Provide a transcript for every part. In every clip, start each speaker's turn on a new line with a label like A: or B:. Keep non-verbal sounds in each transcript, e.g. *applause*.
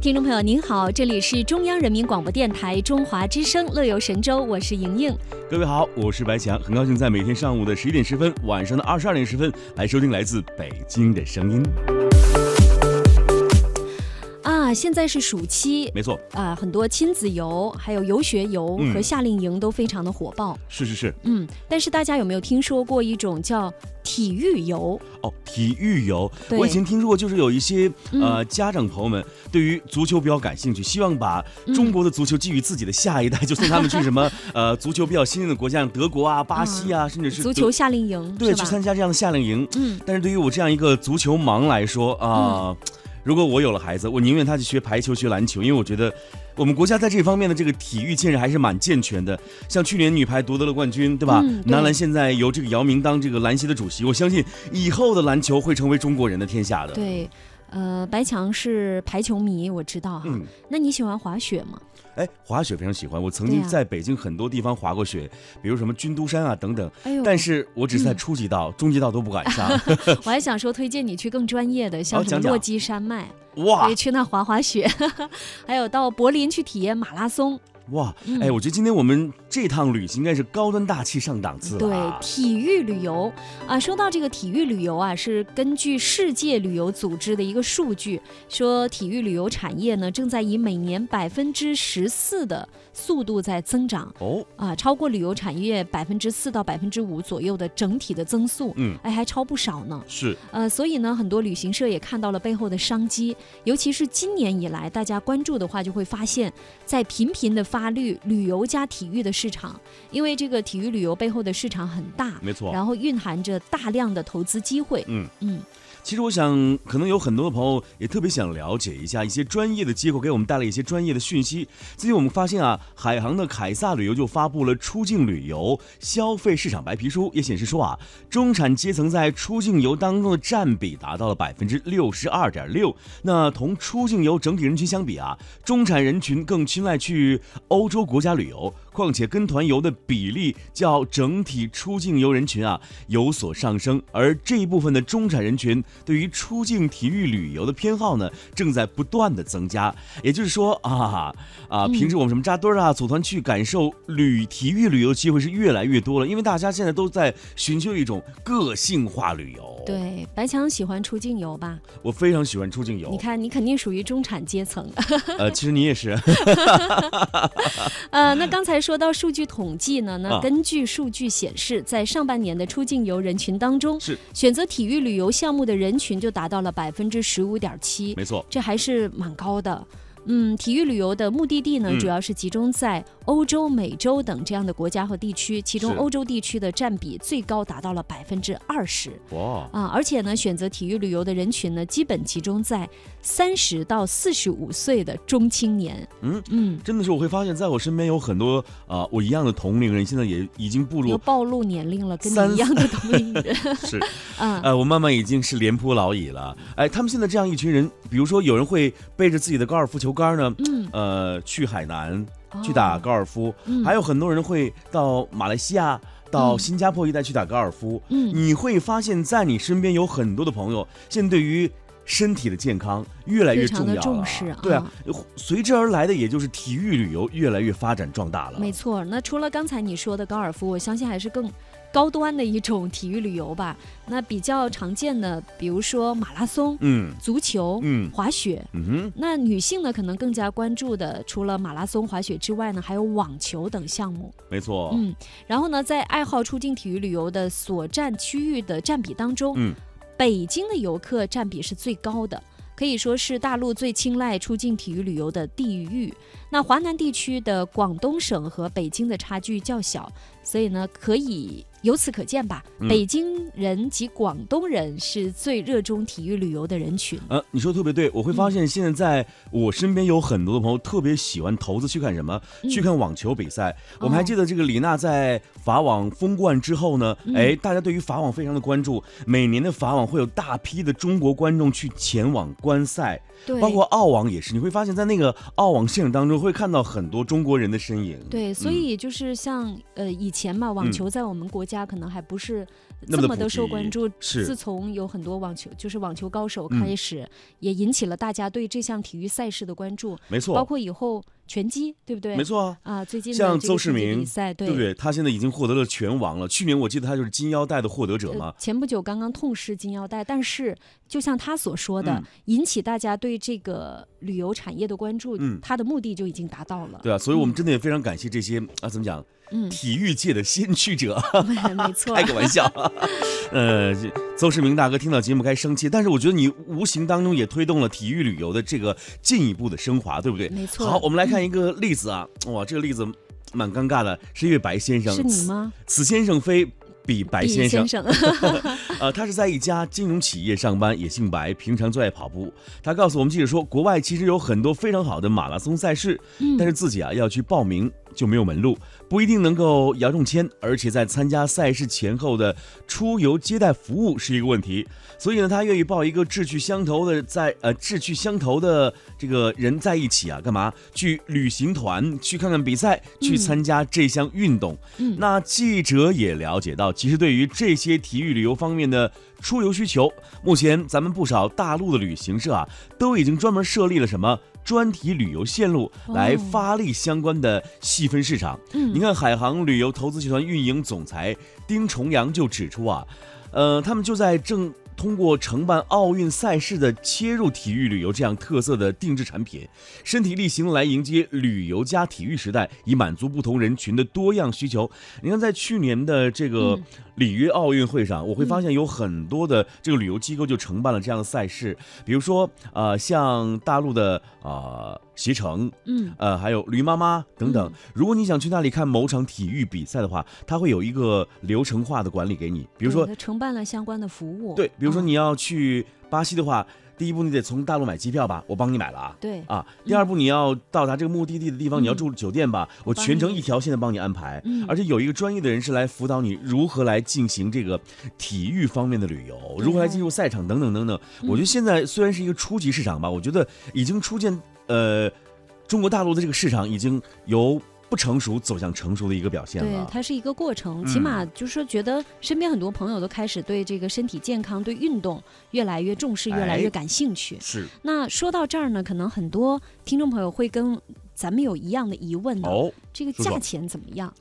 A: 听众朋友您好，这里是中央人民广播电台中华之声《乐游神州》，我是莹莹。
B: 各位好，我是白强，很高兴在每天上午的十一点十分、晚上的二十二点十分来收听来自北京的声音。
A: 啊，现在是暑期，
B: 没错，
A: 啊、很多亲子游、还有游学游
B: 嗯
A: 和夏令营都非常的火爆。
B: 是是是，
A: 嗯，但是大家有没有听说过一种叫体育游？
B: 哦，体育游，
A: 对
B: 我以前听说过，就是有一些
A: 嗯
B: 呃家长朋友们对于足球比较感兴趣，希望把
A: 嗯
B: 中国的足球寄予自己的下一代，就送他们去什么呃足球比较新兴的国家，像德国啊、巴西啊，甚至是
A: 嗯足
B: 德
A: 球夏令营
B: 对
A: 是
B: 去
A: 吧？
B: 参加这样的夏令营。
A: 嗯，
B: 但是对于我这样一个足球盲来说啊，如果我有了孩子，我宁愿他去学排球、学篮球，因为我觉得我们国家在这方面的这个体育建设还是蛮健全的。像去年女排夺得了冠军，对吧？
A: 嗯对
B: 男篮现在由这个姚明当这个篮协的主席，我相信以后的篮球会成为中国人的天下的。
A: 对，呃，白强是排球迷，我知道哈。
B: 嗯
A: 那你喜欢滑雪吗？
B: 哎，滑雪非常喜欢，我曾
A: 对啊
B: 经
A: 呀
B: 在北京很多地方滑过雪，比如什么军都山啊等等，
A: 哎呦，
B: 但是我只是在初级
A: 嗯
B: 道、中级道都不敢
A: *laughs*
B: 上。
A: 我还想说推荐你去更专业的，像
B: 好
A: 什么
B: 讲讲
A: 落基山脉，
B: 哇
A: 可以去那滑滑雪， *laughs* 还有到柏林去体验马拉松。
B: 哇，
A: 嗯
B: 哎，我觉得今天我们这趟旅行应该是高端大气上档次了
A: 对
B: 啊。，
A: 体育旅游啊，说到这个体育旅游啊，是根据世界旅游组织的一个数据，说体育旅游产业呢正在以每年百分之十四的速度在增长
B: 哦，
A: 啊，超过旅游产业百分之四到百分之五左右的整体的增速，
B: 嗯，
A: 哎，还超不少呢。
B: 是
A: 呃，所以呢，很多旅行社也看到了背后的商机，尤其是今年以来，大家关注的话，就会发现，在频频的发力旅游加体育的市场，因为这个体育旅游背后的市场很大，
B: 没错。
A: 然后蕴含着大量的投资机会。
B: 嗯
A: 嗯，
B: 其实我想，可能有很多的朋友也特别想了解一下一些专业的机构给我们带来一些专业的讯息。最近我们发现啊，海航的凯撒旅游就发布了出境旅游消费市场白皮书，也显示说啊，中产阶层在出境游当中的占比达到了百分之六十二点六。那同出境游整体人群相比啊，中产人群更青睐去欧洲国家旅游，况且跟团游的比例较整体出境游人群啊有所上升，而这一部分的中产人群对于出境体育旅游的偏好呢，正在不断的增加。也就是说啊啊，平时我们什么扎堆儿啊、组团去感受旅体育旅游的机会是越来越多了，因为大家现在都在寻求一种个性化旅游。，
A: 对，白强喜欢出境游吧？
B: 我非常喜欢出境游。
A: 你看，你肯定属于中产阶层。 *laughs*
B: 呃，其实你也是，
A: 呃，那刚才说到数据统计呢，那
B: 啊
A: 根据数据显示，在上半年的出境游人群当中，
B: 是
A: 选择体育旅游项目的人群就达到了百分之十五点七，
B: 没错。
A: 这还是蛮高的。嗯，体育旅游的目的地呢，
B: 嗯
A: 主要是集中在欧洲、美洲等这样的国家和地区，其中
B: 是
A: 欧洲地区的占比最高达到了百分之二十
B: 哇，
A: 啊！而且呢，选择体育旅游的人群呢，基本集中在三十到四十五岁的中青年。
B: 嗯
A: 嗯，
B: 真的是我会发现，在我身边有很多啊、我一样的同龄人，现在也已经步
A: 又
B: 入
A: 暴露年龄了，跟
B: 三
A: 你一样的同龄人。 *laughs*
B: 是 *laughs*
A: 嗯，
B: 呃，我慢慢已经是廉颇老矣了。哎，他们现在这样一群人，比如说有人会背着自己的高尔夫球杆呢，
A: 嗯
B: 呃，去海南去
A: 哦
B: 打高尔夫，
A: 嗯
B: 还有很多人会到马来西亚、到
A: 嗯
B: 新加坡一带去打高尔夫。
A: 嗯，
B: 你会发现在你身边有很多的朋友，现在对于身体的健康越来越
A: 非常
B: 重
A: 地
B: 要了。
A: 重视啊
B: 对啊，随之而来的也就是体育旅游越来越发展壮大了。
A: 没错。那除了刚才你说的高尔夫，我相信还是更高端的一种体育旅游吧。 *laughs* 那比较常见的，比如说马拉松、
B: 嗯
A: 足球、
B: 嗯
A: 滑雪。
B: 嗯哼。
A: 那女性呢，可能更加关注的，除了马拉松、滑雪之外呢，还有网球等项目。
B: 没错，
A: 嗯，然后呢，在爱好出境体育旅游的所占区域的占比当中，
B: 嗯，
A: 北京的游客占比是最高的，可以说是大陆最青睐出境体育旅游的地域。那华南地区的广东省和北京的差距较小，所以呢，可以由此可见吧，
B: 嗯
A: 北京人及广东人是最热衷体育旅游的人群。
B: 呃，你说得特别对，我会发现现在在我身边有很多的朋友特别喜欢投资去看什么，
A: 嗯
B: 去看网球比赛。我
A: 哦
B: 们还记得这个李娜在法网封冠之后呢，
A: 嗯
B: 哎，大家对于法网非常的关注，每年的法网会有大批的中国观众去前往观赛，
A: 对
B: 包括澳网也是，你会发现在那个澳网现场当中会看到很多中国人的身影。
A: 对，所
B: 嗯
A: 以就是像呃以前嘛，网球在我们国家可能还不是
B: 那
A: 这
B: 么
A: 么
B: 的普
A: 的受
B: 及
A: 关注。
B: 是嗯
A: 自从有很多网球，就是网球高手开始，也引起了大家对这项体育赛事的关注，
B: 没错，
A: 包括以后拳击，对不对？
B: 没错啊。
A: 啊，最近的
B: 像
A: 这个
B: 邹市
A: 拳击
B: 明
A: 比赛，
B: 对不对？他现在已经获得了拳王了。去年我记得他就是金腰带的获得者嘛
A: 呃。前不久刚刚痛失金腰带，但是就像他所说的，
B: 嗯
A: 引起大家对这个旅游产业的关注，
B: 嗯
A: 他的目的就已经达到了。
B: 对啊，所以我们真的也非常感谢这些啊，怎么讲，
A: 嗯，
B: 体育界的先驱者。
A: *laughs* 没错
B: 开。个
A: *laughs*
B: 玩笑， *laughs* 呃，这邹市明大哥听到节目该生气，但是我觉得你无形当中也推动了体育旅游的这个进一步的升华，对不对？
A: 没错嗯
B: 好，我们来看一个例子啊，哇，这个例子蛮尴尬的，是一位白先生，
A: 是你
B: 此？
A: 吗，
B: 此先生非彼白
A: 李
B: 先生
A: 先，生？ *laughs*
B: 呃，他是在一家金融企业上班，也姓白，平常最爱跑步。他告诉我们记者说，国外其实有很多非常好的马拉松赛事，但是自己啊要去报名就没有门路，不一定能够摇中签，而且在参加赛事前后的出游接待服务是一个问题。所以呢，他愿意报一个志趣相投的在呃志趣相投的这个人在一起啊，干嘛去旅行团去看看比赛，去参加这项运动。
A: 嗯
B: 那记者也了解到，其实对于这些体育旅游方面的出游需求，目前咱们不少大陆的旅行社啊，都已经专门设立了什么专题旅游线路
A: 哦
B: 来发力相关的细分市场。你
A: 嗯，
B: 看，海航旅游投资集团运营总裁丁重阳就指出啊，呃，他们就在正通过承办奥运赛事的切入体育旅游这样特色的定制产品，身体力行地来迎接旅游加体育时代，以满足不同人群的多样需求。你看，在去年的这个
A: 嗯
B: 里约奥运会上，我会发现有很多的这个旅游机构就承办了这样的赛事，比如说呃，像大陆的呃携程，
A: 嗯，
B: 呃，还有驴妈妈等等。如果你想去那里看某场体育比赛的话，它会有一个流程化的管理给你。
A: 比
B: 比如说，
A: 承办了相关的服务，
B: 对，比如说
A: 啊
B: 你要去巴西的话，第一步你得从大陆买机票吧，我帮你买了啊。
A: 对，
B: 啊，第二步你要到达这个目的地的地方，你要住酒店吧，我
A: 嗯帮
B: 全程
A: 你
B: 一条线的帮你安排，
A: 嗯
B: 而且有一个专业的人士来辅导你如何来进行这个体育方面的旅游，如何来进入赛场等等等等。
A: 嗯
B: 我觉得现在虽然是一个初级市场吧，我觉得已经初见呃中国大陆的这个市场已经由不成熟走向成熟的一个表现
A: 对，
B: 了。
A: 它是一个过
B: 嗯
A: 程，起码就是说，觉得身边很多朋友都开始对这个身体健康、对运动越来越重视，越来
B: 哎
A: 越感兴趣。
B: 是
A: 那说到这儿呢，可能很多听众朋友会跟咱们有一样的疑问呢，
B: 哦，
A: 这个
B: 说说
A: 价钱怎么样？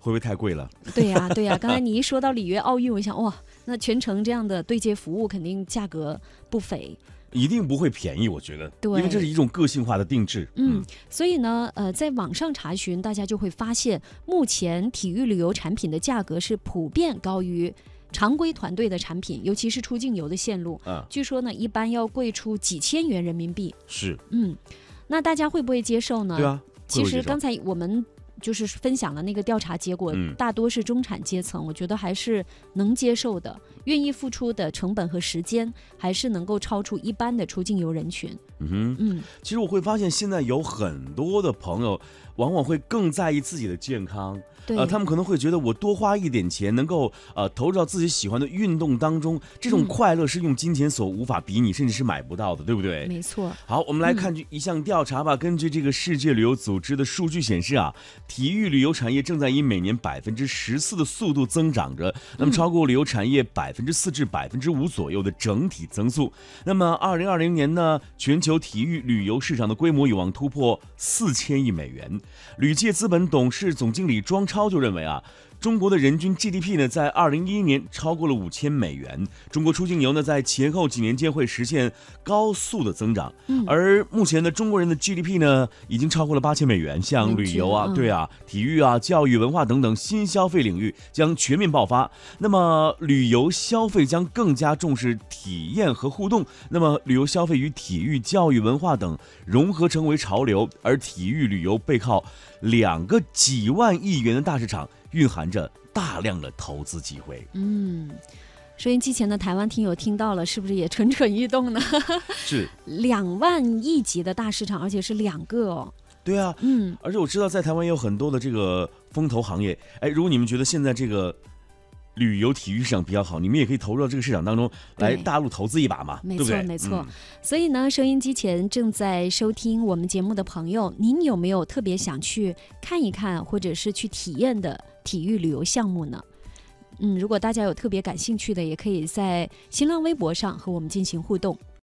B: 会不会太贵了？
A: 对呀、对呀、刚才你一说到里约奥运，我想哇，那全程这样的对接服务肯定价格不菲。
B: 一定不会便宜，我觉得，
A: 对
B: 因为这是一种个性化的定制。
A: 嗯，所以呢，呃，在网上查询，大家就会发现，目前体育旅游产品的价格是普遍高于常规团队的产品，尤其是出境游的线路。
B: 啊，
A: 据说呢，一般要贵出几千元人民币。
B: 是
A: 嗯，那大家会不会接受呢？
B: 对啊，
A: 嗯其
B: 会不会
A: 实
B: 接受
A: 刚才我们就是分享了那个调查结果，
B: 嗯
A: 大多是中产阶层，我觉得还是能接受的，愿意付出的成本和时间还是能够超出一般的出境游人群。
B: 嗯哼。
A: 嗯，
B: 其实我会发现，现在有很多的朋友，往往会更在意自己的健康。
A: 对，
B: 呃，他们可能会觉得我多花一点钱，能够呃投入到自己喜欢的运动当中，这种
A: 嗯
B: 快乐是用金钱所无法比拟，甚至是买不到的，对不对？
A: 没错，
B: 好，我们来看一项调查吧。根据这个世界旅游组织的数据显示啊，体育旅游产业正在以每年百分之十四的速度增长着，那么超过旅游产业百分之四至百分之五左右的整体增速。那么二零二零年呢，全球体育旅游市场的规模有望突破四千亿美元。旅界资本董事总经理庄超就认为啊。中国的人均 GDP 呢，在二零一一年超过了五千美元。中国出境游呢，在前后几年间会实现高速的增长。
A: 嗯
B: 而目前的中国人的 GDP 呢，已经超过了八千美元，像
A: 人
B: 旅
A: 均
B: 游啊、
A: 嗯
B: 对啊、体育啊、教育、文化等等新消费领域将全面爆发。那么，旅游消费将更加重视体验和互动。那么，旅游消费与体育、教育、文化等融合成为潮流，而体育旅游背靠两个几万亿元的大市场，蕴含着大量的投资机会。
A: 嗯。收音机前的台湾听友听到了，是不是也蠢蠢欲动呢？
B: 是，
A: 两万亿级的大市场，而且是两个哦。
B: 对啊，
A: 嗯，
B: 而且我知道在台湾也有很多的这个风投行业，哎，如果你们觉得现在这个旅游体育市场比较好，你们也可以投入到这个市场当中来
A: 对
B: 大陆投资一把嘛，
A: 没
B: 对不
A: 错
B: 对？
A: 没错
B: 嗯
A: 所以呢，收音机前正在收听我们节目的朋友，您有没有特别想去看一看，或者是去体验的体育旅游项目呢？嗯，如果大家有特别感兴趣的，也可以在新浪微博上和我们进行互动。